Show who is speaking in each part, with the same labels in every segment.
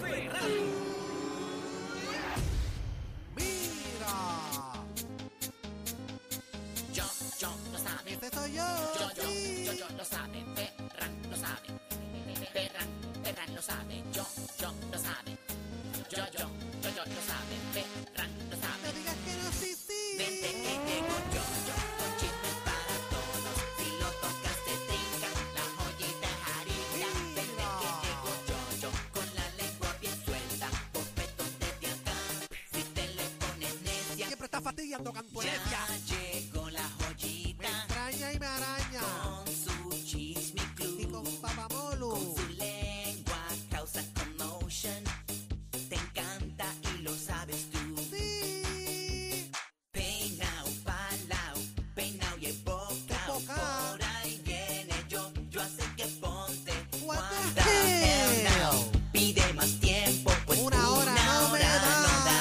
Speaker 1: Ferran.
Speaker 2: Mira,
Speaker 3: Yo, yo, lo sabe.
Speaker 2: este soy yo.
Speaker 3: Yo, yo,
Speaker 2: sí.
Speaker 3: yo, yo, lo sabe. Ferran, lo sabe. Ferran, Ferran, lo sabe. Yo, yo, lo sabe. Yo, yo, yo, yo, lo sabe. Ferran, lo sabe.
Speaker 2: No digas que no, sí, sí.
Speaker 3: Desde que llegó yo, yo, con chismes para todos. Si lo tocas te trinca, la joyita es harina. Desde que llegó yo, yo, con la lengua bien suelta. Bofetón de acá, si te le pones necia.
Speaker 2: Siempre está fastidiando cantuecia.
Speaker 3: Ya llegó la
Speaker 2: Me
Speaker 3: joyita.
Speaker 2: extraña y me araña.
Speaker 3: Con su chisme
Speaker 2: Y
Speaker 3: club,
Speaker 2: con papamolo.
Speaker 3: su lengua causa commotion. Te encanta y lo sabes tú.
Speaker 2: Sí.
Speaker 3: Peinao, palao, peinao y embocao.
Speaker 2: Embocao.
Speaker 3: Por ahí viene yo, yo hace que ponte.
Speaker 2: What the
Speaker 3: Guarda
Speaker 2: hell?
Speaker 3: el nao. Pide más tiempo, pues
Speaker 2: Una hora no me
Speaker 3: no
Speaker 2: da.
Speaker 3: da.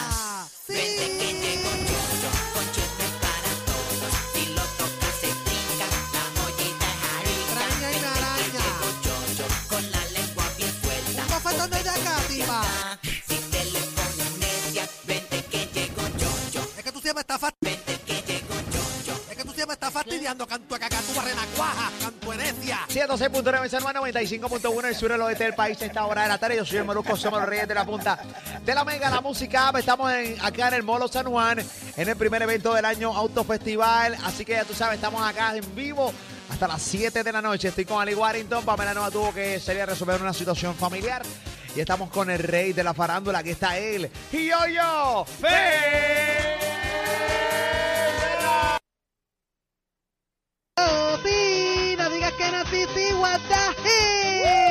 Speaker 3: Desde que llegó yo, yo, con chisme para todos. Si lo tocas se trinca, la joyita es harina.
Speaker 2: Extraña y me araña.
Speaker 3: Yo, yo, con la lengua bien suelta.
Speaker 2: Un bofetón de Yacatipa.
Speaker 3: Si te le pones necia, vente que llegó yo, yo.
Speaker 2: Es que tú siempre estás fastidiando.
Speaker 3: Vente que llegó yo, yo.
Speaker 2: Es que tú siempre estás fastidiando cantueca, cacatúa, renacuaja, cantuenecia.
Speaker 4: 106.9 en San Juan, 95.1 el sur del oeste del país a esta hora de la tarde. Yo soy el Molusco, somos los reyes de la punta de la mega, la música. app. Estamos en- acá en el Molo San Juan, en el primer evento del año Autofestival. Así que ya tú sabes, estamos acá en vivo hasta las 7 de la noche. Estoy con Ali Warrington, Pamela Nova tuvo que salir a resolver una situación familiar. Y estamos con el rey de la farándula, aquí está él, yo yo
Speaker 2: Oh, sí. No digas que no, sí, sí. What the hell?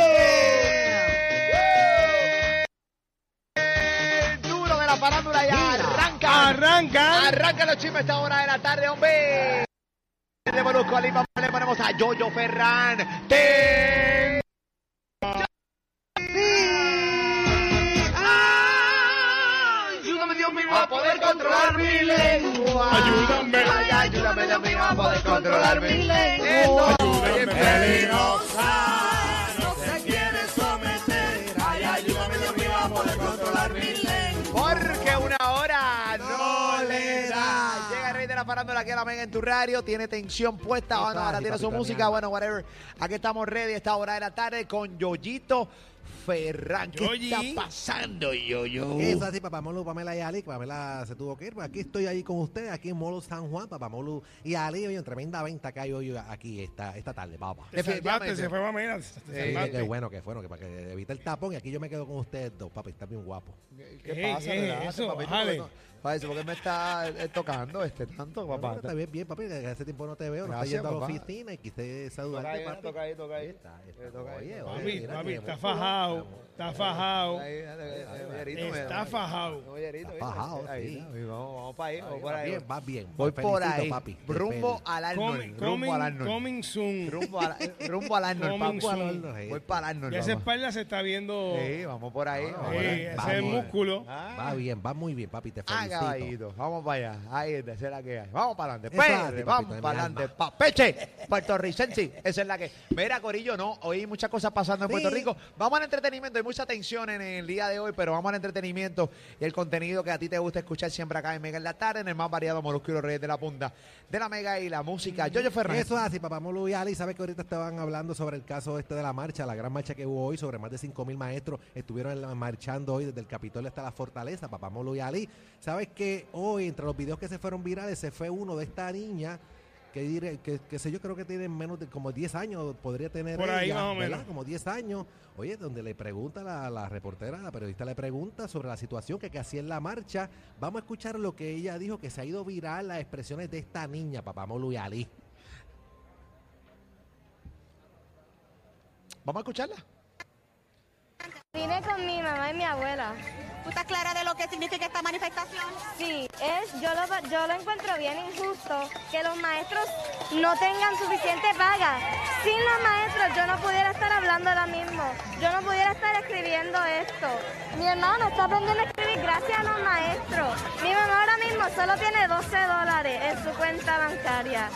Speaker 4: El duro de la farándula ya arranca.
Speaker 5: Arranca.
Speaker 4: Arranca los chismes a esta hora de la tarde, hombre. De Molusco Alipa le ponemos a Yoyo Ferran. Te-
Speaker 5: Ayúdame, Dios mío,
Speaker 4: A poder controlar mi lengua.
Speaker 5: Ayúdame.
Speaker 4: Ay, ayúdame, Dios mío, a poder controlar mi lengua.
Speaker 5: Ayúdame,
Speaker 4: Porque una hora no,
Speaker 2: No
Speaker 4: le
Speaker 2: le
Speaker 4: da.
Speaker 2: da.
Speaker 4: Llega el rey de la farándula aquí a la mega en tu radio. Tiene tensión puesta. Bueno, ahora tiene su música. Bueno, whatever. Aquí estamos ready a esta hora de la tarde con Yoyito Ferran. ¿Qué
Speaker 5: Yoyi.
Speaker 4: está pasando, Yoyo?
Speaker 2: Eso así, Papamolu, Pamela y Ali. Pamela se tuvo que ir, pero aquí estoy ahí con ustedes, aquí en Molo San Juan, Papamolu y Ali. Oye, tremenda venta que hay hoy aquí esta, esta tarde, papá.
Speaker 5: Te salvaste, se fue Pamela. te
Speaker 2: Mira, Qué
Speaker 5: salvaste.
Speaker 2: bueno que fueron, que para que evite el tapón. Y aquí yo me quedo con ustedes dos, papi. Está bien guapo.
Speaker 4: ¿Qué
Speaker 5: Ey,
Speaker 4: pasa?
Speaker 5: ey,
Speaker 4: Relájate,
Speaker 5: eso,
Speaker 4: papito,
Speaker 5: bájale.
Speaker 4: porque no- pa, eso, ¿Por qué me está eh, tocando este tanto, papá?
Speaker 2: está bien, bien, papi. que Hace tiempo no te veo, no estás
Speaker 4: Gracias,
Speaker 2: yendo a
Speaker 4: papá.
Speaker 2: la oficina y quise
Speaker 4: Toca
Speaker 2: saludarte,
Speaker 4: ahí,
Speaker 2: papi.
Speaker 4: toca ahí, toca ahí.
Speaker 2: Ahí está, ahí está.
Speaker 4: Eh, toca ahí.
Speaker 2: Oye,
Speaker 4: Papi,
Speaker 2: oye,
Speaker 5: Papi,
Speaker 2: mira,
Speaker 5: papi,
Speaker 2: qué
Speaker 5: está
Speaker 2: músculo.
Speaker 5: fajado. Está fajado.
Speaker 4: Ahí, ahí, ahí, ahí, ahí, ahí,
Speaker 5: Está
Speaker 4: ahí, ahí,
Speaker 5: fajado.
Speaker 4: ahí, ahí, ahí, ahí, ahí,
Speaker 2: fajado,
Speaker 4: ahí, ahí,
Speaker 2: sí.
Speaker 4: ahí, Vamos, vamos para ahí, vamos por
Speaker 2: Vas
Speaker 4: ahí.
Speaker 2: bien, vas bien.
Speaker 4: Voy
Speaker 2: Te
Speaker 4: por
Speaker 2: felicito,
Speaker 4: ahí,
Speaker 2: papi. Te
Speaker 4: rumbo
Speaker 2: felicito.
Speaker 4: al
Speaker 5: Coming,
Speaker 4: Arnold,
Speaker 5: coming,
Speaker 4: rumbo al Arnold.
Speaker 5: coming soon.
Speaker 4: Rumbo al, eh, rumbo al Arnold,
Speaker 5: Coming
Speaker 4: papo.
Speaker 2: soon.
Speaker 4: Voy para el Arnold,
Speaker 5: Ya esa
Speaker 4: papá.
Speaker 5: espalda se está viendo.
Speaker 4: Sí, vamos por ahí. vamos
Speaker 5: Sí,
Speaker 4: por ahí.
Speaker 5: ese
Speaker 2: vamos.
Speaker 5: es músculo.
Speaker 4: Ah,
Speaker 2: Va bien, va muy bien, papi. Te
Speaker 4: Ah,
Speaker 2: felicito.
Speaker 4: caballito, vamos para allá. Ahí está, esa es la que hay. Vamos para adelante.
Speaker 2: Eso es así,
Speaker 4: Perre,
Speaker 2: papito,
Speaker 4: vamos
Speaker 2: de mi
Speaker 4: para adelante.
Speaker 2: alma.
Speaker 4: Papeche, puertorricense. Esa es la que. Mira, Corillo, no. Hoy muchas cosas pasando en
Speaker 2: Sí.
Speaker 4: Puerto Rico. Vamos al entretenimiento. Hay mucha tensión en el día de hoy, pero vamos al entretenimiento y el contenido que a ti te gusta escuchar siempre acá en Mega en la tarde, en el más variado Molusco y los Reyes de la Punta de la Mega y la música. Yoyo Fernández.
Speaker 2: Mm. Eso es así, papá Molu y Ali. Sabes que ahorita estaban hablando sobre el caso este de la marcha, la gran marcha que hubo hoy, sobre más de 5.000 maestros estuvieron en la- marchando hoy desde el Capitolio hasta la Fortaleza, papá Molu y Ali. Sabes que hoy, entre los videos que se fueron virales, se fue uno de esta niña que, dire- que, que sé yo, creo que tiene menos de como 10 años, podría tener
Speaker 5: Por ahí
Speaker 2: ella,
Speaker 5: más o
Speaker 2: ¿verdad?
Speaker 5: menos.
Speaker 2: como 10 años. Oye, donde le pregunta la, la reportera, la periodista le pregunta sobre la situación que, que hacía en la marcha. Vamos a escuchar lo que ella dijo, que se ha ido viral las expresiones de esta niña, papá Molu y Ali.
Speaker 4: Vamos a escucharla.
Speaker 6: Vine con mi mamá y mi abuela. ¿Tú estás clara de lo que significa esta manifestación?
Speaker 7: Sí, es, yo lo, yo lo encuentro bien injusto que los maestros no tengan suficiente paga. Sin los maestros yo no pudiera estar hablando ahora mismo, yo no pudiera estar escribiendo esto. Mi hermano está aprendiendo a escribir gracias a los maestros. Mi mamá ahora mismo solo tiene 12 dólares en su cuenta bancaria.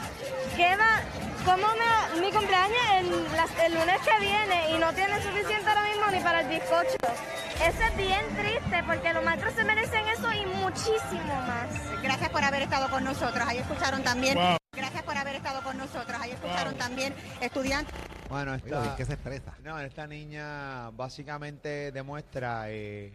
Speaker 7: ¿Qué va? ¿Cómo me, mi cumpleaños el, las- el lunes que viene y no tiene suficiente ahora mismo ni para el bizcocho? Eso es bien triste porque los maestros se merecen eso y muchísimo más.
Speaker 6: Gracias por haber estado con nosotros. Ahí escucharon también.
Speaker 5: Wow.
Speaker 6: Gracias por haber estado con nosotros. Ahí escucharon
Speaker 5: Wow.
Speaker 6: también estudiantes.
Speaker 4: Bueno,
Speaker 2: Mira, bien
Speaker 4: esta,
Speaker 2: que se estresa.
Speaker 4: no, esta niña básicamente demuestra eh,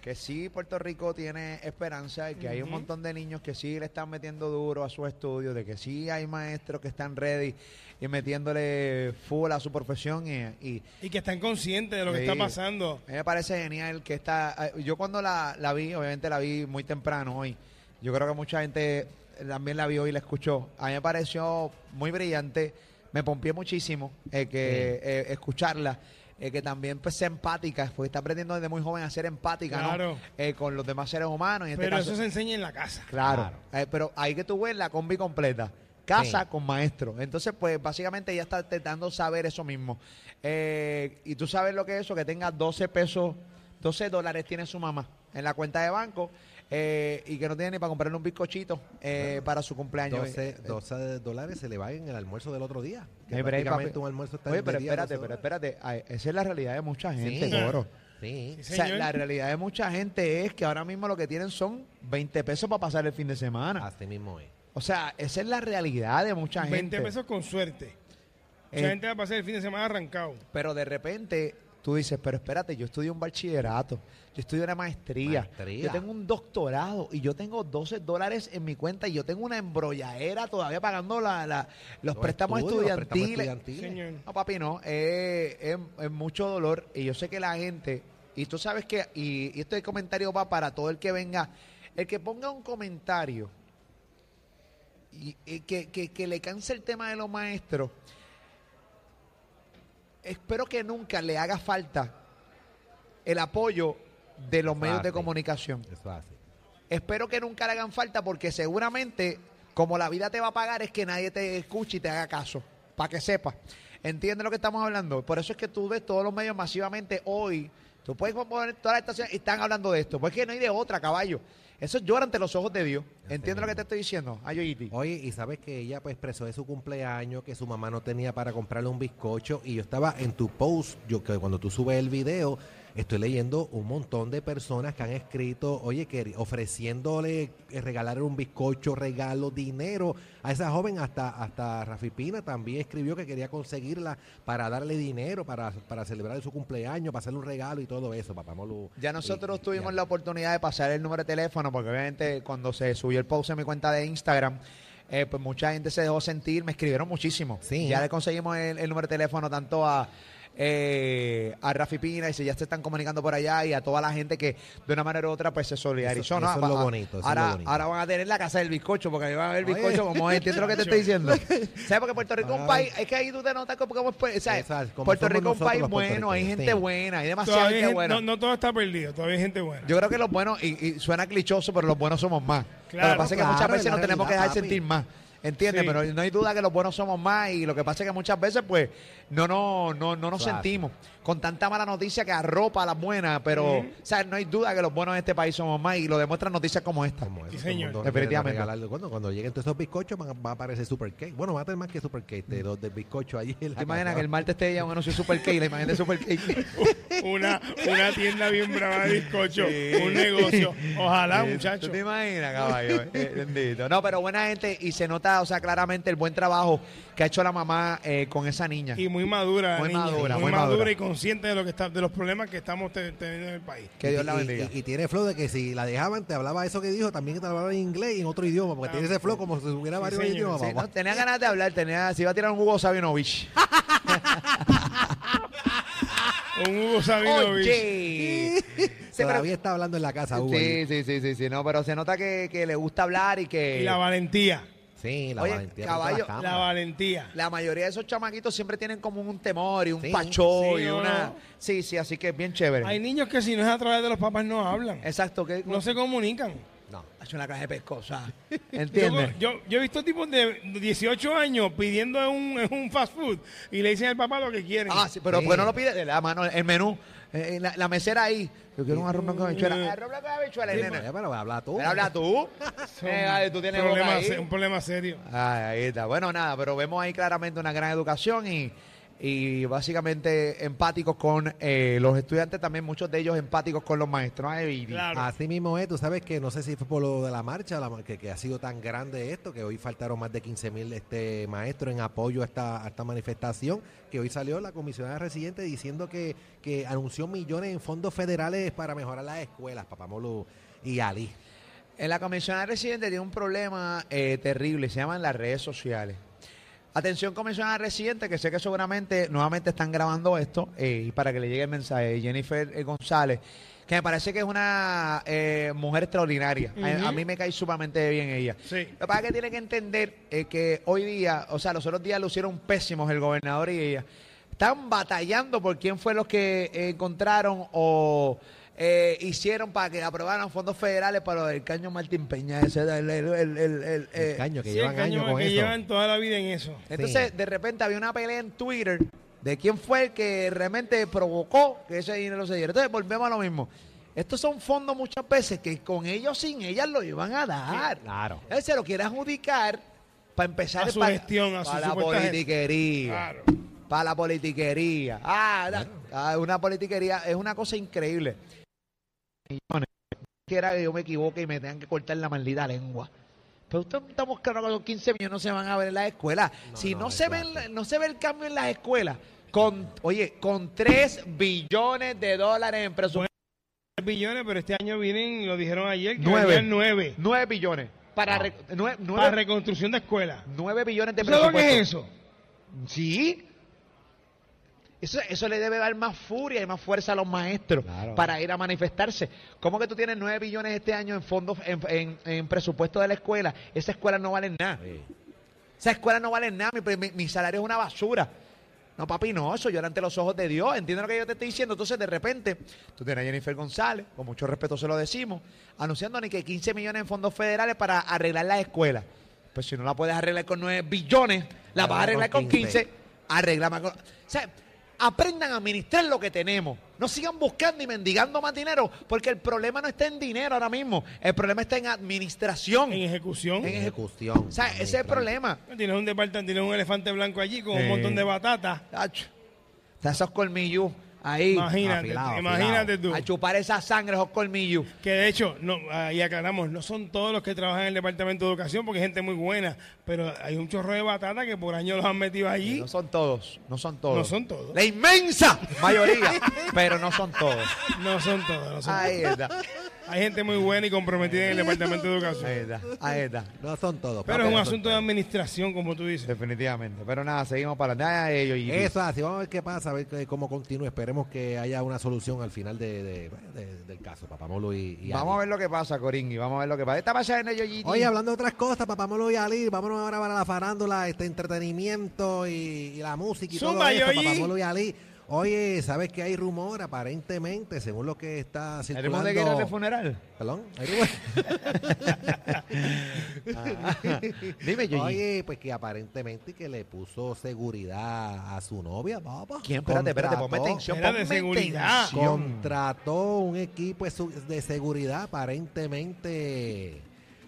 Speaker 4: que sí, Puerto Rico tiene esperanza y que hay un montón de niños que sí le están metiendo duro a sus estudios, de que sí hay maestros que están ready y metiéndole full a su profesión y, y
Speaker 5: Y que están conscientes de lo que
Speaker 4: Sí.
Speaker 5: está pasando.
Speaker 4: A mí me parece genial que está. Yo cuando la, la vi, obviamente la vi muy temprano hoy. Yo creo que mucha gente también la vio y la escuchó. A mí me pareció muy brillante. Me pompié muchísimo eh, que eh, escucharla. eh, que también pues sea empática, porque está aprendiendo desde muy joven a ser empática, ¿no?
Speaker 5: Claro.
Speaker 4: Eh, con los demás seres humanos. y en este
Speaker 5: Pero
Speaker 4: caso-
Speaker 5: eso se enseña en la casa.
Speaker 4: Claro. Eh, pero ahí que tú ves la combi completa. Casa con maestro. Entonces, pues básicamente ella está intentando saber eso mismo. Eh, y tú sabes lo que es eso, que tenga 12 pesos, 12 dólares tiene su mamá en la cuenta de banco eh, y que no tiene ni para comprarle un bizcochito eh, para su cumpleaños.
Speaker 2: 12,
Speaker 4: Eh,
Speaker 2: 12 dólares se le va en el almuerzo del otro día.
Speaker 4: no
Speaker 2: Que
Speaker 4: hay break,
Speaker 2: prácticamente
Speaker 4: papi.
Speaker 2: un almuerzo está
Speaker 4: Oye,
Speaker 2: en
Speaker 4: pero
Speaker 2: 10,
Speaker 4: espérate,
Speaker 2: 12
Speaker 4: pero
Speaker 2: dólares.
Speaker 4: espérate. Ay, esa es la realidad de mucha gente,
Speaker 2: Sí.
Speaker 4: coro.
Speaker 2: Sí.
Speaker 5: Sí,
Speaker 4: O sea,
Speaker 5: señor.
Speaker 4: la realidad de mucha gente es que ahora mismo lo que tienen son 20 pesos para pasar el fin de semana.
Speaker 2: Así mismo es.
Speaker 4: O sea, esa es la realidad de mucha gente.
Speaker 5: 20 pesos con suerte. Mucha
Speaker 4: Eh,
Speaker 5: gente va a pasar el fin de semana arrancado.
Speaker 4: Pero de repente tú dices, pero espérate, yo estudié un bachillerato, yo estudié una maestría,
Speaker 2: Maestría.
Speaker 4: yo tengo un doctorado y yo tengo 12 dólares en mi cuenta y yo tengo una embrolladera todavía pagando la, la- los, préstamos
Speaker 2: estudios, los
Speaker 4: estudiantiles.
Speaker 5: Señor.
Speaker 4: No, papi, no, eh, es, es mucho dolor y yo sé que la gente, y tú sabes que, y, y este comentario va para todo el que venga, el que ponga un comentario y, y que, que- que le canse el tema de los maestros, espero que nunca le haga falta el apoyo de los medios de
Speaker 2: Exacto.
Speaker 4: comunicación.
Speaker 2: Eso hace.
Speaker 4: Espero que nunca le hagan falta porque seguramente como la vida te va a pagar es que nadie te escuche y te haga caso, para que sepas. ¿Entiendes lo que estamos hablando? Por eso es que tú ves todos los medios masivamente hoy. Tú puedes poner todas las estaciones y están hablando de esto. Porque no hay de otra, caballo. Eso llora ante los ojos de Dios. ¿Entiendes lo que te estoy diciendo? Ayoyiti.
Speaker 2: Oye, y sabes que ella pues expresó de su cumpleaños que su mamá no tenía para comprarle un bizcocho y yo estaba en tu post, yo que cuando tú subes el video, estoy leyendo un montón de personas que han escrito, oye, que ofreciéndole eh, regalarle un bizcocho, regalo, dinero a esa joven, hasta hasta Rafi Pina también escribió que quería conseguirla para darle dinero, para, para celebrar su cumpleaños, para hacerle un regalo y todo eso, papá Molu.
Speaker 4: Ya nosotros
Speaker 2: Y-
Speaker 4: tuvimos
Speaker 2: ya.
Speaker 4: la oportunidad de pasar el número de teléfono, porque obviamente cuando se subió el post en mi cuenta de Instagram, eh, pues mucha gente se dejó sentir, me escribieron muchísimo.
Speaker 2: Sí.
Speaker 4: Ya le conseguimos el, el número de teléfono tanto a, eh, a Rafi Pina, y si ya se están comunicando por allá, y a toda la gente que de una manera u otra pues se solidarizó.
Speaker 2: Eso-
Speaker 4: ¿no?
Speaker 2: eso es lo
Speaker 4: Ah,
Speaker 2: bonito, eso es
Speaker 4: ahora,
Speaker 2: lo bonito.
Speaker 4: ahora van a tener la casa del bizcocho, porque ahí van a ver el
Speaker 2: Oye.
Speaker 4: bizcocho como es. ¿Entiendes lo que te estoy diciendo? ¿Sabes? Porque Puerto Rico es un
Speaker 2: Van a ver.
Speaker 4: país, es que ahí tú te notas como, como es, pues, o sea,
Speaker 2: Exacto, como
Speaker 4: Puerto
Speaker 2: somos
Speaker 4: Rico es un
Speaker 2: nosotros
Speaker 4: país
Speaker 2: los
Speaker 4: bueno, hay gente
Speaker 2: puertorriqueños, sí.
Speaker 4: buena, hay demasiada
Speaker 5: Todavía hay
Speaker 4: gente
Speaker 5: gente-
Speaker 4: buena.
Speaker 5: no, no todo está perdido, todavía hay gente buena.
Speaker 4: Yo creo que los buenos, y, y suena clichoso, pero los buenos somos más.
Speaker 5: Claro,
Speaker 4: lo que pasa es que muchas
Speaker 2: claro, Ah,
Speaker 4: veces
Speaker 2: es la
Speaker 4: nos tenemos que
Speaker 2: realidad,
Speaker 4: dejar
Speaker 2: papi.
Speaker 4: sentir más. ¿Entiendes?
Speaker 5: Sí.
Speaker 4: Pero no hay duda que los buenos somos más y lo que pasa es que muchas veces pues no, no, no, no nos
Speaker 2: Claro.
Speaker 4: sentimos con tanta mala noticia que arropa a las buenas, pero o sea, no hay duda que los buenos de este país somos más y lo demuestran noticias como esta.
Speaker 2: Como eso,
Speaker 5: Sí,
Speaker 2: todo el
Speaker 5: señor.
Speaker 2: mundo
Speaker 4: Definitivamente.
Speaker 2: quiere regalarle. Cuando, cuando lleguen todos esos bizcochos van a- va a aparecer Super Cake. Bueno, va a tener más que Super Cake, de los del bizcocho ahí. en la
Speaker 4: ¿Te imaginas
Speaker 2: casa.
Speaker 4: que el martes esté ella un anuncio de Super Cake, la imagen de Super Cake?
Speaker 5: Una, una tienda bien brava de bizcocho, un negocio. Ojalá,
Speaker 4: Sí,
Speaker 5: muchachos.
Speaker 4: ¿Tú te imaginas, caballo? Eh, bendito. No, pero buena gente y se nota, o sea, claramente el buen trabajo que ha hecho la mamá eh, con esa niña.
Speaker 5: Y muy madura, la
Speaker 4: Muy
Speaker 5: niña,
Speaker 4: madura,
Speaker 5: muy,
Speaker 4: muy
Speaker 5: madura,
Speaker 4: madura.
Speaker 5: y consciente de lo que está, de los problemas que estamos te- teniendo en el país.
Speaker 4: que Dios
Speaker 2: Y-
Speaker 4: la
Speaker 2: y-
Speaker 4: bendiga.
Speaker 2: Y, y tiene flow de que si la dejaban, te hablaba eso que dijo, también te hablaba en inglés y en otro idioma, porque tiene ese flow como si hubiera varios
Speaker 5: señor.
Speaker 2: idiomas.
Speaker 4: Sí,
Speaker 2: papá.
Speaker 4: no, tenía ganas de hablar, tenía, se iba a tirar un Hugo Sabinovich.
Speaker 5: Un Hugo Sabinovich.
Speaker 4: Oye. Sí, pero-
Speaker 2: Todavía está hablando en la casa, Hugo.
Speaker 4: sí, sí, sí, sí, sí, no, pero se nota que, que le gusta hablar y que...
Speaker 5: Y la valentía.
Speaker 2: Sí, la
Speaker 4: Oye,
Speaker 2: valentía.
Speaker 4: caballo,
Speaker 2: frente a las
Speaker 5: La
Speaker 2: cámaras.
Speaker 5: valentía.
Speaker 4: La mayoría de esos chamaquitos siempre tienen como un temor y un
Speaker 2: Sí.
Speaker 4: pachó
Speaker 5: Sí,
Speaker 4: y
Speaker 5: no,
Speaker 4: una.
Speaker 5: no.
Speaker 4: Sí, sí, así que es bien chévere.
Speaker 5: Hay niños que si no es a través de los papás no hablan.
Speaker 4: Exacto, que
Speaker 5: No se comunican.
Speaker 2: No.
Speaker 4: Ha hecho una caja de pescosa.
Speaker 5: Yo,
Speaker 4: ¿Entiendes?
Speaker 5: yo- yo he visto tipos de 18 años pidiendo en un, en un fast food y le dicen al papá lo que quieren.
Speaker 4: Ah, sí, pero
Speaker 2: Sí.
Speaker 4: ¿por qué no lo pide? La mano, el menú, eh, eh, la, la mesera ahí. Yo quiero un arroz blanco con
Speaker 5: Eh,
Speaker 4: habichuela. Arroz blanco con habichuela,
Speaker 2: Sí,
Speaker 4: nena.
Speaker 2: pero- pero habla tú.
Speaker 4: Pero habla tú.
Speaker 5: Son
Speaker 4: Eh, ay, tú tienes boca
Speaker 5: problema
Speaker 4: ahí.
Speaker 5: se- un problema serio.
Speaker 4: Ay, ahí está. Bueno, nada, pero vemos ahí claramente una gran educación y, y básicamente empáticos con eh, los estudiantes, también muchos de ellos empáticos con los maestros. Ay, y- ah,
Speaker 5: Claro.
Speaker 2: Así mismo es, tú sabes que no sé si fue por lo de la marcha, la mar- que, que ha sido tan grande esto, que hoy faltaron más de 15 mil este, maestros en apoyo a esta, a esta manifestación, que hoy salió la comisionada residente diciendo que, que anunció millones en fondos federales para mejorar las escuelas, Papamolo y Ali.
Speaker 4: En la comisionada residente tiene un problema eh, terrible, se llaman las redes sociales. Atención comisionada residente, que sé que seguramente nuevamente están grabando esto eh, y para que le llegue el mensaje. Jennifer eh, González, que me parece que es una eh, mujer extraordinaria. A- a, mí me cae sumamente bien ella.
Speaker 5: Sí.
Speaker 4: Lo que pasa es que tiene que entender eh, que hoy día, o sea, los otros días lucieron pésimos el gobernador y ella. Están batallando por quién fue los que eh, encontraron o eh, hicieron para que aprobaran fondos federales para lo del caño Martín Peña. Ese, el, el, el- el- el,
Speaker 2: El
Speaker 4: eh,
Speaker 2: caño, que
Speaker 5: Sí,
Speaker 2: llevan
Speaker 5: el cañón
Speaker 2: años con
Speaker 5: que
Speaker 2: eso.
Speaker 5: llevan toda la vida en eso.
Speaker 4: Entonces,
Speaker 2: Sí.
Speaker 4: de repente había una pelea en Twitter de quién fue el que realmente provocó que ese dinero se diera. Entonces, volvemos a lo mismo. Estos son fondos muchas veces que con ellos sin ellas lo iban a dar.
Speaker 2: Claro.
Speaker 4: Él se lo quiere adjudicar para empezar
Speaker 5: A su
Speaker 4: para,
Speaker 5: gestión, a su
Speaker 4: para la
Speaker 5: supuesta gestión.
Speaker 4: politiquería.
Speaker 5: Claro.
Speaker 4: Para la politiquería. Ah, da- ah, una politiquería es una cosa increíble. Millones. Quiera que yo me equivoque y me tengan que cortar la maldita lengua. Pero usted estamos claros que los 15 millones no se van a ver en las escuelas. si no,
Speaker 2: no,
Speaker 4: se
Speaker 2: exacto.
Speaker 4: ven, no se ve el cambio en las escuelas, con, oye, con 3 billones de dólares en presupuesto.
Speaker 5: billones, pero este año vienen, lo dijeron ayer, que
Speaker 4: Nueve.
Speaker 5: venían nueve
Speaker 4: 9 billones. Para, re- nue-
Speaker 5: para
Speaker 4: nueve,
Speaker 5: reconstrucción de escuela.
Speaker 4: nueve billones de
Speaker 5: ¿Tú ¿Sabes lo
Speaker 4: presupuesto.
Speaker 5: que es eso?
Speaker 4: Sí. Eso, eso le debe dar más furia y más fuerza a los maestros
Speaker 2: Claro.
Speaker 4: para ir a manifestarse. ¿Cómo que tú tienes 9 billones este año en fondos, en, en- en presupuesto de la escuela? Esa escuela no vale nada.
Speaker 2: Sí.
Speaker 4: Esa escuela no vale nada, mi, mi- mi salario es una basura. No, papi, no, eso yo era ante los ojos de Dios. Entiendo lo que yo te estoy diciendo. Entonces, de repente, tú tienes a Jennifer González, con mucho respeto se lo decimos, anunciando ni que 15 millones en fondos federales para arreglar las escuelas. Pues si no la puedes arreglar con 9 billones, la vas a arreglar con 15, arregla más con... O sea, aprendan a administrar lo que tenemos. No sigan buscando y mendigando más dinero, porque el problema no está en dinero ahora mismo. El problema está en administración.
Speaker 5: En ejecución.
Speaker 4: En ejecu-
Speaker 2: Ejecución.
Speaker 4: o sea, ese es el problema.
Speaker 5: Pues Tienes un departamento, tienes un elefante blanco allí con
Speaker 4: Sí.
Speaker 5: un montón de batatas.
Speaker 4: Tacho. Está esos colmillos ahí.
Speaker 5: Imagínate,
Speaker 2: afilado, afilado.
Speaker 5: imagínate tú.
Speaker 4: A chupar esa sangre, esos colmillos.
Speaker 5: Que de hecho, no, ahí aclaramos, no son todos los que trabajan en el departamento de educación porque hay gente muy buena, pero hay un chorro de batata que por años los han metido allí.
Speaker 4: No son todos, no son todos.
Speaker 5: No son todos.
Speaker 4: La inmensa mayoría, pero no son todos.
Speaker 5: No son todos, no son
Speaker 4: Ahí está,
Speaker 5: todos. Hay gente muy buena y comprometida en el departamento de educación.
Speaker 4: ahí está, ahí está.
Speaker 2: No son todos.
Speaker 5: Pero es
Speaker 2: papi,
Speaker 5: un
Speaker 2: no son
Speaker 5: asunto de administración, como tú dices.
Speaker 4: Definitivamente. Pero nada, seguimos para nada ellos. Y
Speaker 2: Eso es así, vamos a ver qué pasa, a ver qué- cómo continúa. Esperemos que haya una solución al final de, de- de- del caso, Papamolo y, y
Speaker 4: Vamos a
Speaker 2: Ali.
Speaker 4: ver lo que pasa, Coringui. Vamos a ver lo que pasa. Está pasando en ellos. Gigi.
Speaker 2: Oye, hablando de otras cosas, Papamolo y Ali, vámonos ahora para la farándula, este entretenimiento y, y la música y todo
Speaker 5: Zumba,
Speaker 2: eso,
Speaker 5: Yoyi.
Speaker 2: Papamolo y Ali. Oye, ¿sabes que hay rumor aparentemente, según lo que está
Speaker 4: ¿El rumor de guerra de
Speaker 2: circulando?
Speaker 4: funeral?
Speaker 2: Perdón, hay rumor.
Speaker 4: Dime, Yoyi.
Speaker 2: Oye, pues que aparentemente que le puso seguridad a su novia, papá.
Speaker 4: ¿Quién? Espérate, espérate, ponme
Speaker 2: Contrató-
Speaker 4: atención.
Speaker 5: Era de
Speaker 4: ponme
Speaker 5: seguridad.
Speaker 4: atención.
Speaker 2: Contrató un equipo de su- de seguridad, aparentemente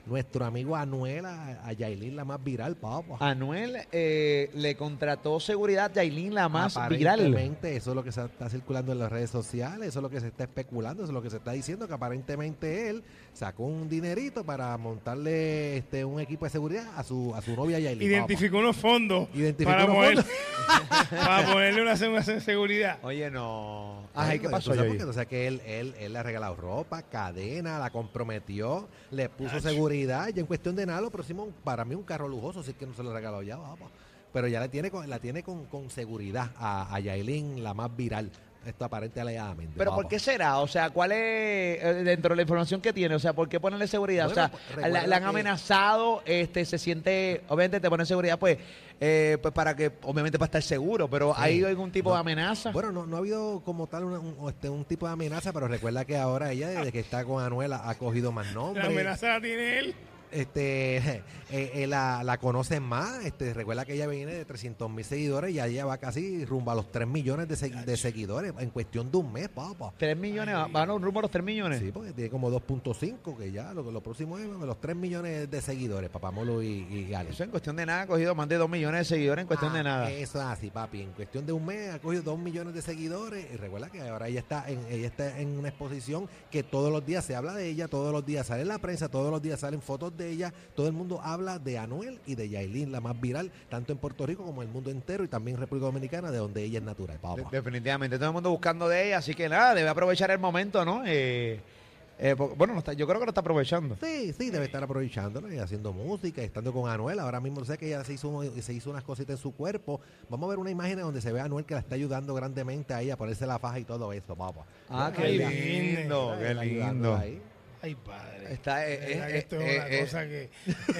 Speaker 2: nuestro amigo Anuela, a Yailin, la más viral, papá.
Speaker 4: Anuel eh, le contrató seguridad a Yailin, la más viral.
Speaker 2: aparentemente eso es lo que se está circulando en las redes sociales, eso es lo que se está especulando, eso es lo que se está diciendo, que aparentemente él sacó un dinerito para montarle este un equipo de seguridad a su, a su novia Yailin.
Speaker 5: Identificó unos fondos
Speaker 2: Identificó
Speaker 5: para,
Speaker 2: unos
Speaker 5: poner-
Speaker 2: fondos.
Speaker 5: para ponerle una seg- una seguridad.
Speaker 4: Oye, no. Ajá, ¿y ¿qué
Speaker 2: Bueno,
Speaker 4: pasó,
Speaker 2: entonces,
Speaker 4: Yoyi?
Speaker 2: porque, o sea, que él, él, él le ha regalado ropa, cadena, la comprometió, le puso seguridad. Y en cuestión de nada, lo próximo, para mí, un carro lujoso, si es que no se lo ha regalado ya, vamos. Pero ya la tiene con, la tiene con, con seguridad a, a Yailin, la más viral. esto aparente alegadamente.
Speaker 4: Pero
Speaker 2: papá.
Speaker 4: ¿por qué será? O sea, ¿cuál es eh, dentro de la información que tiene? O sea, ¿por qué ponerle seguridad?
Speaker 2: Bueno,
Speaker 4: o
Speaker 2: pues,
Speaker 4: sea,
Speaker 2: recuerda
Speaker 4: la, la han
Speaker 2: que-
Speaker 4: amenazado, este, se siente, obviamente te ponen seguridad, pues, eh, pues para que, obviamente para estar seguro, pero
Speaker 2: Sí.
Speaker 4: ¿hay algún tipo
Speaker 2: No.
Speaker 4: de amenaza?
Speaker 2: Bueno, no, no ha habido como tal una- un, este, un tipo de amenaza, pero recuerda que ahora ella, desde que está con Anuela, ha cogido más
Speaker 5: La
Speaker 2: nombres.
Speaker 5: amenaza la tiene él.
Speaker 2: Este, eh, eh, la, la conocen más. Este, recuerda que ella viene de 300 mil seguidores y ya ella va casi rumbo a los 3 millones de, segui- de seguidores en cuestión de un mes, papá.
Speaker 4: ¿Tres millones? ¿Van un rumbo a los tres
Speaker 5: Eh.
Speaker 4: millones?
Speaker 2: Sí, porque tiene como 2.5, que ya lo, lo próximo es los 3 millones de seguidores, papá Molo y, y Alex.
Speaker 4: Eso en cuestión de nada ha cogido más de dos millones de seguidores en cuestión de
Speaker 2: Ah,
Speaker 4: nada.
Speaker 2: Eso es así, papi. En cuestión de un mes ha cogido dos millones de seguidores. Y recuerda que ahora ella está en, ella está en una exposición que todos los días se habla de ella, todos los días sale en la prensa, todos los días salen fotos de ella. Todo el mundo habla de Anuel y de Yailin, la más viral, tanto en Puerto Rico como en el mundo entero y también en República Dominicana, de donde ella es natural, papá.
Speaker 4: De- definitivamente, todo el mundo buscando de ella, así que nada, debe aprovechar el momento, ¿no? Eh, eh, po- bueno, no está- yo creo que lo está aprovechando.
Speaker 2: Sí, sí, debe estar aprovechándolo y haciendo música, y estando con Anuel. Ahora mismo sé que ella se hizo, se hizo unas cositas en su cuerpo. Vamos a ver una imagen en donde se ve a Anuel que la está ayudando grandemente a ella a ponerse la faja y todo eso, papá.
Speaker 4: Ah, qué
Speaker 5: Ay,
Speaker 4: lindo, qué
Speaker 2: Está ayudando
Speaker 4: lindo.
Speaker 2: ahí.
Speaker 5: Ay, padre.
Speaker 4: Está, eh,
Speaker 5: De verdad
Speaker 4: eh,
Speaker 5: que esto es
Speaker 4: eh,
Speaker 5: una
Speaker 4: eh,
Speaker 5: cosa que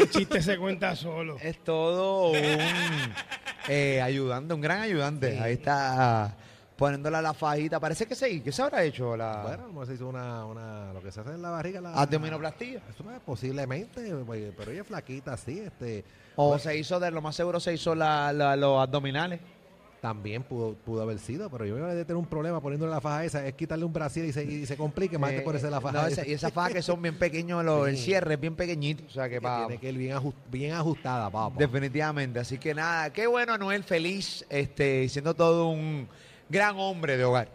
Speaker 5: el chiste se cuenta solo.
Speaker 2: Eh,
Speaker 4: Es todo un eh, ayudante, un gran ayudante. Ahí está ah, poniéndola la fajita. Parece que sí. ¿Qué se habrá hecho? La
Speaker 2: Bueno, como se hizo una, una, lo que se hace en la barriga, la
Speaker 4: abdominoplastía.
Speaker 2: Eso no es posiblemente, pues, pero ella es flaquita, sí, este,
Speaker 4: O se hizo, de lo más seguro, se hizo la- la- los abdominales.
Speaker 2: también pudo, pudo haber sido, pero yo creo que debe tener un problema poniéndole la faja esa, es quitarle un brasil y se, y se complique más
Speaker 4: Eh,
Speaker 2: que ponerse la faja.
Speaker 4: no,
Speaker 2: esa,
Speaker 4: esa- y esas fajas que son bien pequeños, los, el
Speaker 2: Sí.
Speaker 4: cierre es bien pequeñito. O sea que,
Speaker 2: que
Speaker 4: pa-
Speaker 2: tiene que ir bien, ajus- bien ajustada, papá.
Speaker 4: definitivamente. Así que nada, qué bueno Anuel, feliz, este, siendo todo un gran hombre de hogar.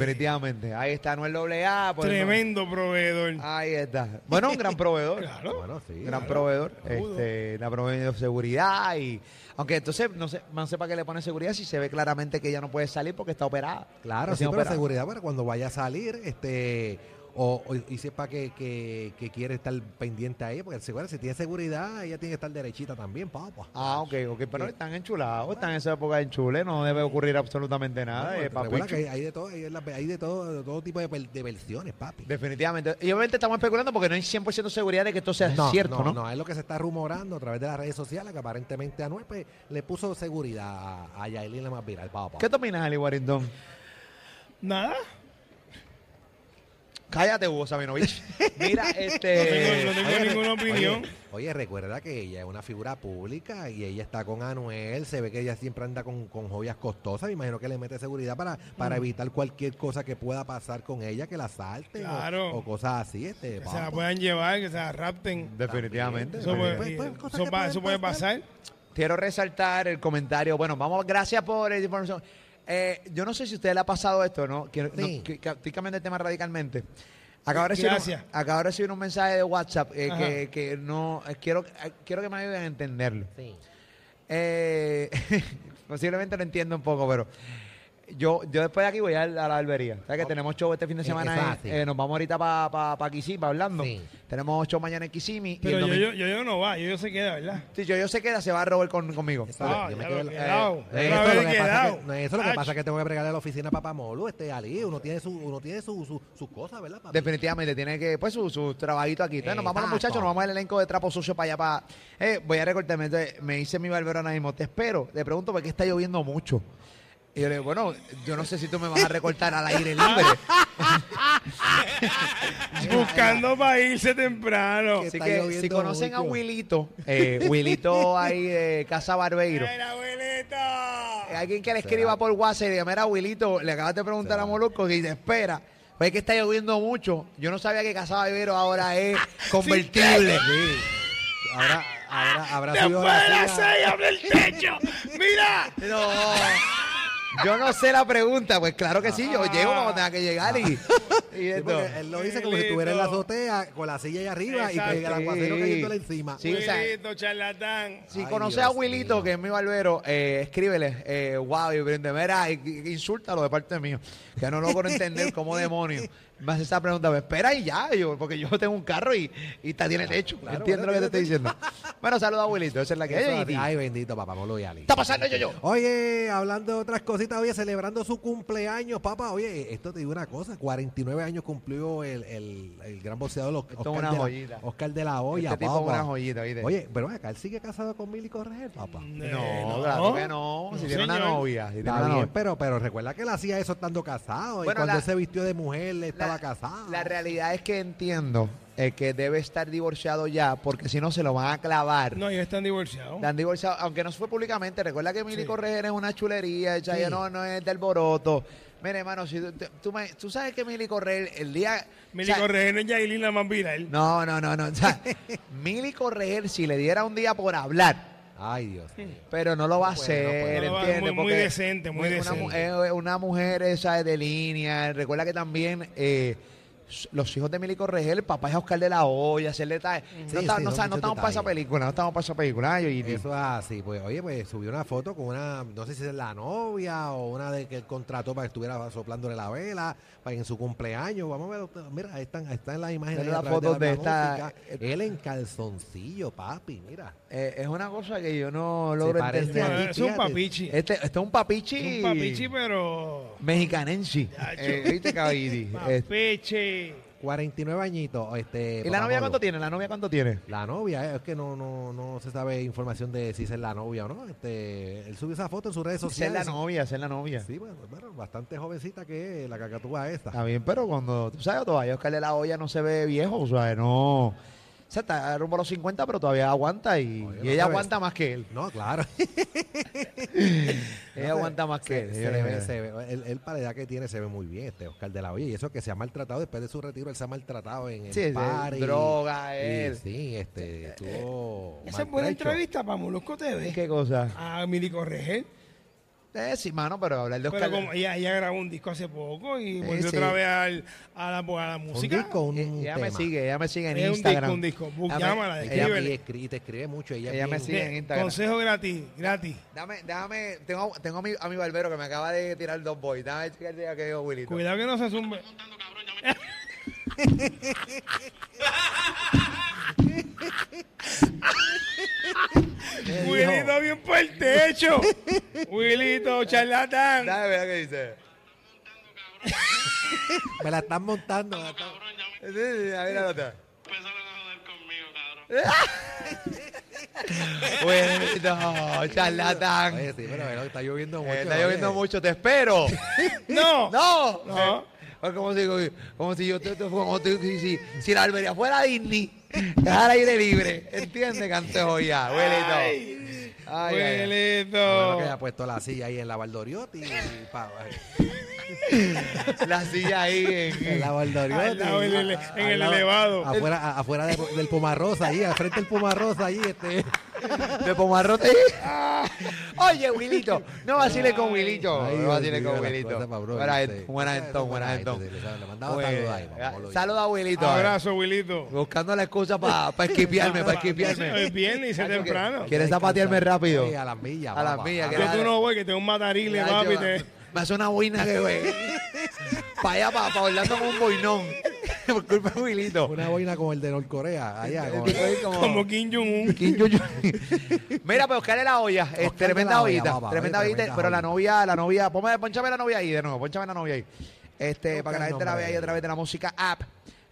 Speaker 4: Definitivamente. Ahí está Anuel AA. pues,
Speaker 5: Tremendo proveedor.
Speaker 2: Ah.
Speaker 4: Ahí está. Bueno, un gran proveedor.
Speaker 5: Claro.
Speaker 2: Bueno, sí.
Speaker 4: gran proveedor,
Speaker 5: Seguro.
Speaker 4: este, la proveedor de seguridad y aunque entonces no sé, no sé para qué le pone seguridad si se ve claramente que ella no puede salir porque está operada.
Speaker 2: Claro,
Speaker 4: Está
Speaker 2: sí, pero
Speaker 4: operada.
Speaker 2: seguridad para cuando vaya a salir, este, o, o- y sepa que, que, que quiere estar pendiente a ella, porque seguro, si tiene seguridad, ella tiene que estar derechita también, papá.
Speaker 4: Ah, ok, ok, pero están enchulados, están en esa época de enchule, no debe ocurrir absolutamente nada,
Speaker 2: Bueno,
Speaker 4: eh,
Speaker 2: te
Speaker 4: papi.
Speaker 2: recuerda que hay, hay de todo, hay, de la- hay de todo, de todo tipo de, per- de versiones, papi.
Speaker 4: Definitivamente. Y obviamente estamos especulando porque no hay 100% seguridad de que esto sea cierto, ¿no?
Speaker 2: no, es lo que se está rumorando a través de las redes sociales, que aparentemente Anuel pues, le puso seguridad a, a Yailin la más viral, papá.
Speaker 4: ¿Qué te opinas, Ali Warrington?
Speaker 5: Nada.
Speaker 4: Cállate, Hugo Sabinovich. Mira,
Speaker 5: No tengo,
Speaker 4: este...
Speaker 5: no tengo ninguna opinión.
Speaker 2: Eh, Oye, oye, recuerda que ella es una figura pública y ella está con Anuel, se ve que ella siempre anda con, con joyas costosas, me imagino que le mete seguridad para,
Speaker 5: Mm.
Speaker 2: para evitar cualquier cosa que pueda pasar con ella, que la asalten o-
Speaker 5: Claro.
Speaker 2: o, cosas así. Este,
Speaker 5: Que se
Speaker 2: papá.
Speaker 5: la puedan llevar, que se la rapten.
Speaker 4: Definitivamente.
Speaker 5: Eso puede,
Speaker 2: Pues, pues, cosas
Speaker 5: eso
Speaker 2: que
Speaker 5: pa-
Speaker 2: pueden
Speaker 5: eso puede
Speaker 2: pasar.
Speaker 5: pasar.
Speaker 4: Quiero resaltar el comentario. Bueno, vamos, gracias por la información. Eh, yo no sé si a usted le ha pasado esto, ¿no? Quiero-
Speaker 2: Sí.
Speaker 4: no, que- que- estoy cambiando el tema radicalmente. Acabo de, recibir un,
Speaker 5: Gracias.
Speaker 4: acabo de recibir un mensaje de WhatsApp eh,
Speaker 5: Ajá.
Speaker 4: que, que no eh, quiero, eh, quiero que me ayuden a entenderlo.
Speaker 2: Sí.
Speaker 4: Eh, posiblemente lo entiendo un poco, pero yo, yo después de aquí voy a, la- a la barbería. ¿Sabes que tenemos show este fin de
Speaker 2: Eh,
Speaker 4: semana?
Speaker 2: exacto.
Speaker 4: eh, eh, nos vamos ahorita para pa, pa Kissimmee, pa hablando.
Speaker 2: Sí.
Speaker 4: Tenemos show mañana en Kissimmee. y el
Speaker 5: Pero yo,
Speaker 4: domingo-
Speaker 5: yo, yo, yo no va, yo, yo se queda, ¿verdad?
Speaker 4: Sí, yo, yo sé que se va a robar con- conmigo.
Speaker 2: Exacto.
Speaker 5: Ah,
Speaker 2: yo me
Speaker 5: ya
Speaker 2: quedo-
Speaker 5: lo
Speaker 2: eh,
Speaker 5: quedado.
Speaker 2: No
Speaker 5: Otra
Speaker 2: es eso,
Speaker 5: vez
Speaker 2: lo que pasa es
Speaker 5: quedado.
Speaker 2: que, no es eso, lo que
Speaker 5: Ach.
Speaker 2: pasa es que tengo que pregarle a la oficina a Papá Molo, este Ali, uno tiene su, uno tiene su, su- sus cosas, ¿verdad? papi?
Speaker 4: Definitivamente tiene que, pues, su, su trabajito aquí. Entonces, nos vamos los
Speaker 2: Exacto.
Speaker 4: muchachos, nos vamos al elenco de trapo sucio para allá para. Eh, voy a recortarme. Entonces, me dice mi barbero ahora mismo, te espero. Le pregunto por qué está lloviendo mucho. Y yo le digo, bueno, yo no sé si tú me vas a recortar al aire libre.
Speaker 5: Buscando para irse temprano.
Speaker 2: Que
Speaker 4: Así
Speaker 2: está
Speaker 4: que
Speaker 2: lloviendo
Speaker 4: si conocen a
Speaker 2: mucho.
Speaker 4: Wilito, eh, Wilito ahí de Casa Barbeiro.
Speaker 5: ¡Ay, la abuelita!
Speaker 4: Eh, Alguien que le escriba por WhatsApp y diga, mira, Wilito, le acabas de preguntar a Molusco y te espera. Pues es que está lloviendo mucho. Yo no sabía que Casa Barbeiro ahora es convertible.
Speaker 2: Sí. Ahora, ahora, habrá subido
Speaker 5: ¡Después
Speaker 2: la
Speaker 5: de las
Speaker 2: fila.
Speaker 5: seis abre el techo! ¡Mira!
Speaker 4: No. Yo no sé la pregunta, pues claro que sí, yo llego cuando tenga que llegar y, y
Speaker 2: Ah. Sí,
Speaker 4: esto.
Speaker 2: porque él lo dice como si estuviera en la azotea con la silla allá arriba y que el
Speaker 5: Exacto.
Speaker 2: aguacero
Speaker 4: Sí.
Speaker 2: cayéndole encima.
Speaker 4: Sí, o sea-
Speaker 5: Abuelito, charlatán.
Speaker 4: Si
Speaker 2: Ay,
Speaker 4: conoces
Speaker 2: Dios
Speaker 4: a Wilito,
Speaker 2: mío.
Speaker 4: que es mi barbero, eh, escríbele, eh, wow, y brinde, mira, y- y- insúltalo de parte mío, que no logro entender cómo demonios. me hace esa pregunta, me espera y ya, yo, porque yo tengo un carro y, y está, tiene techo.
Speaker 2: Claro,
Speaker 4: Entiendo
Speaker 2: bueno,
Speaker 4: lo que te estoy
Speaker 2: tiene
Speaker 4: diciendo. bueno, saluda abuelito, esa es la que
Speaker 2: Eso,
Speaker 4: hay.
Speaker 2: así. Eh,
Speaker 4: ¿Qué
Speaker 2: Ay, bendito papá Molo y Ali.
Speaker 4: está pasando, yo, yo?
Speaker 2: Oye, hablando de otras cositas, oye, celebrando su cumpleaños, papá. Oye, eh, esto te digo una cosa, 49 años cumplió el, el- el gran boxeador Oscar,
Speaker 4: es una
Speaker 2: de la,
Speaker 4: joyita.
Speaker 2: Oscar de la Hoya,
Speaker 4: Este tipo es
Speaker 2: papá.
Speaker 4: una joyita, ¿oíste?
Speaker 2: Oye, pero ven acá él sigue casado con Milly Correa, papá.
Speaker 4: No, claro que no. Si tiene una
Speaker 5: señor.
Speaker 4: novia, si tiene una
Speaker 2: Está bien, Pues,
Speaker 4: novia.
Speaker 2: pero, pero recuerda que él hacía eso estando casado. y
Speaker 4: Bueno,
Speaker 2: cuando
Speaker 4: la-
Speaker 2: él se vistió de mujer, él estaba casado.
Speaker 4: La realidad es que entiendo eh, que debe estar divorciado ya, porque si no se lo van a clavar.
Speaker 5: No, ellos están divorciados.
Speaker 4: Le han divorciado, aunque no fue públicamente. Recuerda que Mili
Speaker 5: Sí.
Speaker 4: Correa es una chulería, ella
Speaker 2: Sí.
Speaker 4: no, no es del boroto. Mire, hermano, si tú, tú me- tú sabes que Mili Correa, el día.
Speaker 5: Mili
Speaker 4: o sea,
Speaker 5: Correa es Yailin la más viral.
Speaker 4: No, no, no, no. O sea, Mili Correa, si le diera un día por hablar,
Speaker 2: Ay, Dios mío.
Speaker 4: pero no lo va a hacer,
Speaker 5: puede. No lo va-
Speaker 4: ¿entiendes?
Speaker 5: muy- muy decente, muy
Speaker 4: una
Speaker 5: decente.
Speaker 4: mu- es Una, mujer esa es de línea. Recuerda que también. eh, s- los hijos de Mili Correa, el papá es Oscar de la Hoya, hacerle tal.
Speaker 2: Sí,
Speaker 4: no, está-
Speaker 2: sí,
Speaker 4: no,
Speaker 2: son
Speaker 4: sa- no
Speaker 2: muchos
Speaker 4: estamos para esa
Speaker 2: detalles.
Speaker 4: película, no estamos para esa película. Ay, Yoyito.
Speaker 2: Eso es así, pues oye, pues subió una foto con una, no sé si es la novia o una de que él contrató para que estuviera soplándole la vela para en su cumpleaños. Vamos a ver, mira, ahí están, ahí están las imágenes.
Speaker 4: Mira
Speaker 2: ahí
Speaker 4: la
Speaker 2: a través
Speaker 4: foto de
Speaker 2: la
Speaker 4: esta-
Speaker 2: música. Él en calzoncillo, papi, mira.
Speaker 4: Eh, es una cosa que yo no
Speaker 2: Se
Speaker 4: logro
Speaker 2: parece
Speaker 4: entender.
Speaker 2: a ti,
Speaker 5: Es un
Speaker 2: fíjate.
Speaker 5: papichi.
Speaker 4: Este, este es un papichi.
Speaker 5: Un papichi, pero.
Speaker 4: Mexicanense.
Speaker 5: Yacho.
Speaker 4: Eh, ¿Viste, Cabidi? Eh,
Speaker 5: Papichi.
Speaker 2: 49 añitos. Este,
Speaker 4: ¿Y la
Speaker 2: papá
Speaker 4: novia cuánto
Speaker 2: Molo.
Speaker 4: tiene? ¿La novia cuánto tiene?
Speaker 2: La novia, eh, es que no, no, no se sabe información de si es la novia o no. Este, él subió esa foto en sus redes
Speaker 4: Ser la
Speaker 2: sociales.
Speaker 4: novia, ser la novia.
Speaker 2: Sí, bueno, bueno, bastante jovencita que es la cacatúa esta.
Speaker 4: Está bien, pero cuando, tú sabes, todavía Oscar de la Hoya no se ve viejo, o sea, no. O sea, está rumbo a los 50, pero todavía aguanta y, y
Speaker 2: Oye, no
Speaker 4: ella
Speaker 2: se ve.
Speaker 4: aguanta más que él.
Speaker 2: No, claro.
Speaker 4: Ella
Speaker 2: No,
Speaker 4: aguanta más que
Speaker 2: se-
Speaker 4: él.
Speaker 2: se
Speaker 4: señores,
Speaker 2: ve,
Speaker 4: mira.
Speaker 2: se ve. Él, él para la edad que tiene se ve muy bien este Oscar de la Hoya y eso que se ha maltratado después de su retiro él se ha maltratado en el
Speaker 4: Sí, sí,
Speaker 2: party.
Speaker 4: droga,
Speaker 2: Y
Speaker 4: él. eh,
Speaker 2: sí este estuvo
Speaker 5: Esa es buena
Speaker 2: maltrecho.
Speaker 5: entrevista para Molusco TV.
Speaker 4: ¿Qué cosa?
Speaker 5: A Mili Correa.
Speaker 4: Eh, sí, mano, pero hablar de Oscar.
Speaker 5: Pero como ella, ella grabó un disco hace poco y
Speaker 4: Eh,
Speaker 5: volvió
Speaker 4: sí.
Speaker 5: otra vez al- a, la, a la
Speaker 2: un
Speaker 5: música.
Speaker 2: disco un
Speaker 4: Eh, ella me
Speaker 2: tema.
Speaker 4: sigue, ella me sigue en
Speaker 5: Es un disco,
Speaker 4: Instagram.
Speaker 5: un disco. Bú-
Speaker 4: Ella me-
Speaker 5: llámala,
Speaker 4: ella-
Speaker 2: ella,
Speaker 5: escríbele.
Speaker 2: y escri- y te escribe mucho ella, es
Speaker 4: Ella me
Speaker 2: bien-
Speaker 4: sigue. en Instagram.
Speaker 5: Consejo gratis, gratis.
Speaker 4: Dame, déjame, tengo, tengo a, mi, a mi barbero que me acaba de tirar dos boys. Dame checar de que dijo Willito.
Speaker 5: Cuidado que no se zumbe.
Speaker 4: ¿Qué dijo?
Speaker 5: Wilito bien por el techo. Wilito, charlatán.
Speaker 4: Dame, vea qué dice.
Speaker 2: me la están montando me la están-
Speaker 4: Sí, sí, a ver la nota. Willito, charlatán.
Speaker 2: Oye, sí, pero, pero está lloviendo mucho
Speaker 4: Eh, está
Speaker 2: oye.
Speaker 4: lloviendo mucho, te espero.
Speaker 5: No.
Speaker 4: ¡No!
Speaker 5: No.
Speaker 4: Es como si, como si yo te, te- como si- si, si- si la albería fuera Disney, dejar aire libre. ¿Entiendes, cantejo ya? Willito. Ay, ay, ay.
Speaker 2: Bueno, que
Speaker 5: Wilito.
Speaker 2: haya puesto la silla ahí en la Valdoriotti y pa-
Speaker 4: La silla ahí en,
Speaker 2: en la Valdoriotti
Speaker 5: Al lado del ele- en
Speaker 2: al
Speaker 5: el
Speaker 2: lado-
Speaker 5: elevado.
Speaker 2: afuera, a- afuera de- del Pomarrosa ahí al frente del Pomarrosa ahí este
Speaker 4: De Pomarrote. Oye, Wilito, no vaciles con Wilito.
Speaker 2: Ay,
Speaker 4: No
Speaker 2: Dios
Speaker 4: vaciles
Speaker 2: mío,
Speaker 4: con
Speaker 2: las
Speaker 4: Wilito.
Speaker 2: cosas, Pablo,
Speaker 4: Buena
Speaker 2: este,
Speaker 4: gente, buena
Speaker 2: cosas
Speaker 4: gente,
Speaker 2: de
Speaker 4: buena
Speaker 2: buena
Speaker 4: gente.
Speaker 2: gente, le- le mandaba saludos ahí, vamos, Pablo.
Speaker 4: Saluda a Wilito.
Speaker 5: Abrazo, Wilito.
Speaker 4: Buscando la excusa para esquipearme, para
Speaker 5: Hoy es
Speaker 4: esquipearme.
Speaker 5: viernes y se temprano.
Speaker 4: ¿Quieres
Speaker 2: Hay que
Speaker 4: zapatearme
Speaker 2: descansar.
Speaker 4: rápido?
Speaker 2: Sí, a las millas.
Speaker 4: A las
Speaker 2: papá.
Speaker 4: millas,
Speaker 2: A
Speaker 4: que
Speaker 5: Que
Speaker 2: las-
Speaker 5: tú no voy, que tengo un matarile, papi. te-
Speaker 4: Me hace una boina que ve. Para allá, para pa Orlando con un boinón. Por culpa de Wilito.
Speaker 2: Ah, Una boina como el de Norcorea, allá. Con
Speaker 4: Estoy como-
Speaker 5: Como Kim Jong-un.
Speaker 4: Kim Jong-un. Mira, pero Oscar de la olla, es
Speaker 2: Oscar de
Speaker 4: tremenda
Speaker 2: la olla,
Speaker 4: ollita,
Speaker 2: papá,
Speaker 4: tremenda
Speaker 2: oye,
Speaker 4: ollita,
Speaker 2: tremenda
Speaker 4: pero la
Speaker 2: joyita.
Speaker 4: novia, la novia, ponme, ponchame la novia ahí de nuevo, ponchame la novia ahí. Este,
Speaker 2: Busca
Speaker 4: para que la
Speaker 2: el
Speaker 4: gente la vea
Speaker 2: nombre
Speaker 4: ahí
Speaker 2: de
Speaker 4: a
Speaker 2: ella.
Speaker 4: través de la música app.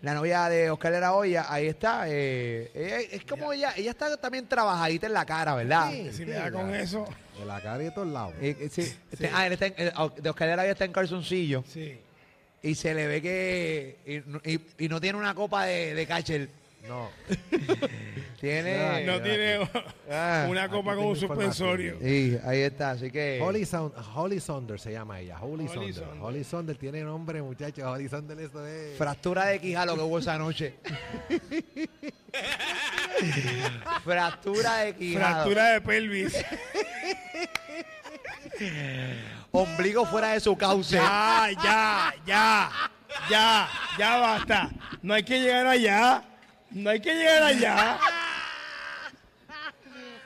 Speaker 4: La novia de Oscar de la olla, ahí está. eh, ella- es como ella, ella está también trabajadita en la cara, ¿verdad?
Speaker 2: Sí.
Speaker 5: Si me da con eso.
Speaker 2: De la cara y de todos lados.
Speaker 4: Eh, eh, sí. Este, ah, él está en- eh, de Oscar de la olla está en calzoncillo
Speaker 5: Sí.
Speaker 4: y se le ve que y, no- y- y no tiene una copa de, de catcher.
Speaker 2: No.
Speaker 4: eh. Tiene
Speaker 5: No tiene
Speaker 4: Ah,
Speaker 5: una
Speaker 2: aquí
Speaker 5: copa con
Speaker 2: tengo
Speaker 5: un suspensorio.
Speaker 4: Sí, ahí está, así que
Speaker 2: Holly, Sound, Holly Saunders se llama ella. Holly,
Speaker 5: Holly
Speaker 2: Saunders.
Speaker 5: Saunders.
Speaker 2: Holly Saunders tiene nombre, muchachos. Holly Saunders, eso es.
Speaker 4: Fractura de quijalo que hubo esa noche. Fractura de quijalo.
Speaker 5: Fractura de pelvis.
Speaker 4: Ombligo fuera de su cauce.
Speaker 5: Ya, ya, ya, ya, ya basta. No hay que llegar allá. No hay que llegar allá.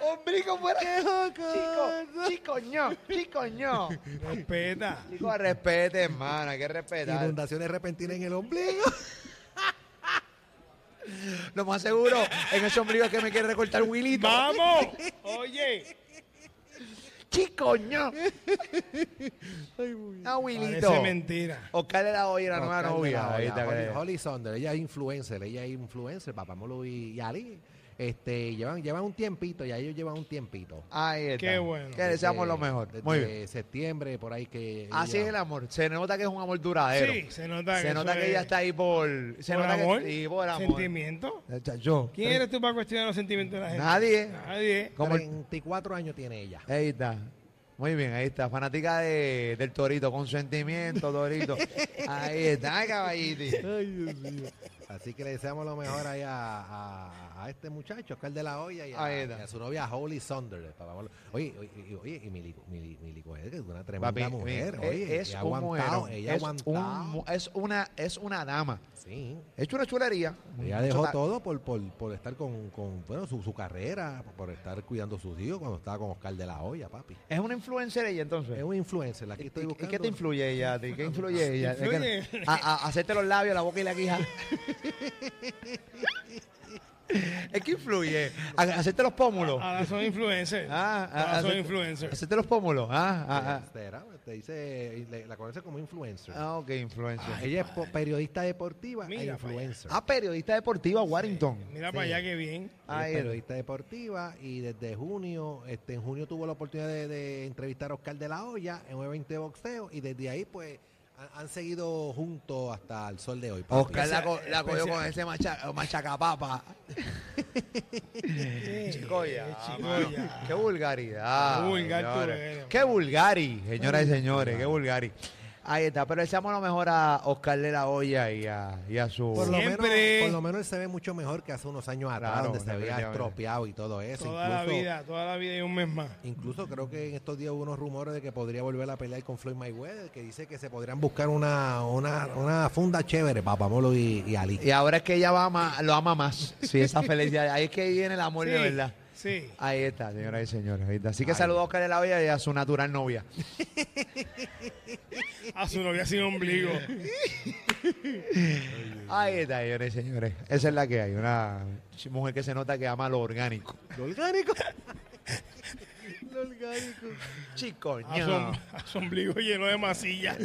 Speaker 4: Un ombligo fuera.
Speaker 2: jocoso.
Speaker 4: Chico, chico, ño, chico, ño.
Speaker 5: Respeta.
Speaker 4: Chico, respete, hermano, hay que respetar.
Speaker 2: Inundaciones repentinas en el ombligo.
Speaker 4: Lo más seguro, en ese ombligo es que me quiere recortar Willito.
Speaker 5: ¡Vamos! Oye,
Speaker 4: Chico, ño. Ah, Willito.
Speaker 5: parece mentira.
Speaker 4: Oscar era hoy la nueva
Speaker 2: Oscar de la
Speaker 4: novia.
Speaker 2: Hoya,
Speaker 4: Ahí está,
Speaker 2: Holly,
Speaker 4: que-
Speaker 2: Holly Sonder, ella es influencer, ella es influencer, papá Molo y, y Ali. Este, llevan, llevan un tiempito, ya ellos llevan un tiempito.
Speaker 4: Ahí está.
Speaker 5: Qué bueno.
Speaker 4: Que deseamos lo
Speaker 2: Desde-
Speaker 4: mejor.
Speaker 2: Desde
Speaker 4: Muy bien.
Speaker 2: Eh, septiembre, por ahí que.
Speaker 4: Así es el amor. Se nota que es un amor duradero.
Speaker 5: Sí, se nota
Speaker 4: Se
Speaker 5: que
Speaker 4: nota
Speaker 5: eso
Speaker 4: que
Speaker 5: es-
Speaker 4: ella está ahí por. Se
Speaker 5: ¿Por
Speaker 4: nota que-
Speaker 5: amor?
Speaker 4: sí, por amor.
Speaker 5: ¿Sentimiento?
Speaker 4: Eh, chacho.
Speaker 5: ¿Quién Ah, eres tú para cuestionar los sentimientos de la gente?
Speaker 4: Nadie.
Speaker 5: Nadie.
Speaker 4: Como el-
Speaker 2: 34 años tiene ella.
Speaker 4: Ahí está. Muy bien, ahí está. Fanática de, del Torito. Consentimiento, Torito. ahí está, ay, caballito.
Speaker 2: Así que le deseamos lo mejor ahí a, a- a este muchacho, Oscar de la Hoya, y
Speaker 4: Ahí
Speaker 2: a,
Speaker 4: está.
Speaker 2: y a su novia Holly Saunders. papá Manolo. Oye, oye, oye, y Milico, Mili- Milico es una tremenda
Speaker 4: Papi,
Speaker 2: mujer.
Speaker 4: mira,
Speaker 2: oye,
Speaker 4: es,
Speaker 2: ella
Speaker 4: es
Speaker 2: ha
Speaker 4: un
Speaker 2: aguantado,
Speaker 4: mujerón.
Speaker 2: ella ha
Speaker 4: es, un
Speaker 2: aguantado.
Speaker 4: mu- es una, es una dama.
Speaker 2: sí.
Speaker 4: Es una chulería.
Speaker 2: Ella
Speaker 4: Mm, Mucho
Speaker 2: dejó
Speaker 4: ta-
Speaker 2: todo por, por, por estar con, con, bueno, su, su carrera, por estar cuidando a sus hijos cuando estaba con Oscar de la Hoya, papi.
Speaker 4: Es una influencer ella, entonces.
Speaker 2: Es un influencer, la que
Speaker 4: ¿Y,
Speaker 2: estoy
Speaker 4: y- y
Speaker 2: buscando.
Speaker 4: qué te influye ella? a ti? ¿Qué influye ella? ¿De qué-
Speaker 5: Influye.
Speaker 4: a, a- hacerte los labios, la boca y la quija. es que influye. A- hacerte los pómulos.
Speaker 5: Ahora son influencers.
Speaker 4: Ah, ah,
Speaker 5: Ahora son
Speaker 4: hacerte-
Speaker 5: influencers.
Speaker 4: Hacerte los pómulos. Ah, ah, ah.
Speaker 2: Será, Te dice, le- la conoce como influencer.
Speaker 4: Ah, ok, influencer.
Speaker 2: ella es po- periodista deportiva e
Speaker 5: Mira para allá.
Speaker 2: influencer.
Speaker 4: ah, periodista deportiva, Warrington.
Speaker 5: Mira para allá que bien.
Speaker 2: Ella
Speaker 4: Ahí
Speaker 2: es
Speaker 4: es.
Speaker 2: periodista deportiva y desde junio, este, en junio tuvo la oportunidad de, de entrevistar a Oscar de la Hoya en un evento de boxeo y desde ahí pues han, han seguido juntos hasta el sol de hoy. papi.
Speaker 4: Oscar la, co- la cogió
Speaker 5: Especial.
Speaker 4: con ese macha- machacapapa. Chico ya,
Speaker 5: Eh, chico
Speaker 4: mano.
Speaker 5: ya.
Speaker 4: Qué vulgaridad.
Speaker 5: Qué vulgar tú
Speaker 4: señores.
Speaker 5: eres,
Speaker 4: Qué vulgari, señoras y señores. Qué vulgari. Ahí está, pero deseamos lo mejor a Oscar de la Hoya y a, y a su.
Speaker 2: Por lo, menos,
Speaker 5: Siempre.
Speaker 2: por lo menos él se ve mucho mejor que hace unos años atrás,
Speaker 4: Claro,
Speaker 2: donde se veía
Speaker 4: definitivamente.
Speaker 2: estropeado y todo eso.
Speaker 5: Toda la vida, toda la vida y un mes más.
Speaker 2: Incluso creo que en estos días hubo unos rumores de que podría volver a pelear con Floyd Mayweather, que dice que se podrían buscar una, una, una funda chévere, Papamolo y, y Ali.
Speaker 4: Y ahora es que ella va ama- lo ama más. Sí, esa felicidad. Ahí es que viene el amor de
Speaker 5: Sí,
Speaker 4: verdad.
Speaker 5: Sí.
Speaker 4: Ahí está, señoras y señores. Ahí está. Así que
Speaker 2: Ahí.
Speaker 4: saludos a Oscar de la Hoya y a su natural novia.
Speaker 5: A su novia sin ombligo.
Speaker 4: Ahí está, señores y señores. Esa es la que hay. Una mujer que se nota que ama lo orgánico.
Speaker 2: Lo orgánico.
Speaker 4: Chico,
Speaker 5: A su,
Speaker 4: ño.
Speaker 5: a su ombligo lleno de masilla.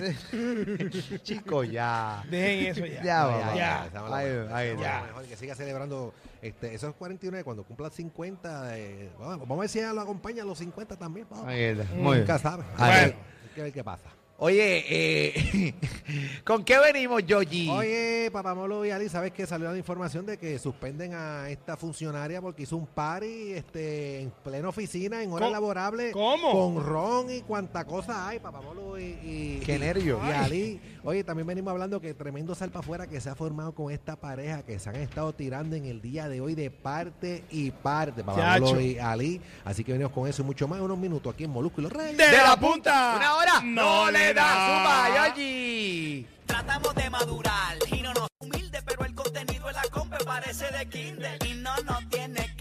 Speaker 4: Chico, ya.
Speaker 5: Dejen eso ya.
Speaker 4: Ya,
Speaker 2: No,
Speaker 4: papá.
Speaker 5: ya.
Speaker 2: estamos a la
Speaker 4: Ahí,
Speaker 2: mejor,
Speaker 4: ahí,
Speaker 2: estamos a
Speaker 4: ya.
Speaker 2: la mejor, que siga celebrando este, esos 49, cuando cumpla 50, eh, vamos, vamos a ver si ella lo acompaña a los 50 también. vamos.
Speaker 4: Ahí está. Muy bien.
Speaker 2: Nunca sabe.
Speaker 4: Ahí.
Speaker 2: Hay que- hay que ver qué pasa.
Speaker 4: Oye, eh, ¿con qué venimos, Yogi?
Speaker 2: Oye, Papamolo y Ali, ¿sabes que salió la información de que suspenden a esta funcionaria porque hizo un party este, en plena oficina, en horas
Speaker 5: ¿Cómo?
Speaker 2: laborables?
Speaker 5: ¿Cómo?
Speaker 2: Con ron y cuanta cosa hay, Papamolo y, y,
Speaker 4: Qué
Speaker 2: y-
Speaker 4: nervio.
Speaker 2: y Ali. Oye, también venimos hablando que tremendo salpa afuera que se ha formado con esta pareja que se han estado tirando en el día de hoy de parte y parte, Papamolo
Speaker 5: Chacho.
Speaker 2: y Ali. Así que venimos con eso y mucho más en unos minutos aquí en Molusco y los Reyes.
Speaker 4: ¡De la punta! ¡Una hora!
Speaker 5: No le da.
Speaker 4: ¡Zumba, Yogi!
Speaker 1: Tratamos de madurar y no nos humilde, pero el contenido en la compa parece de kinder y no nos tiene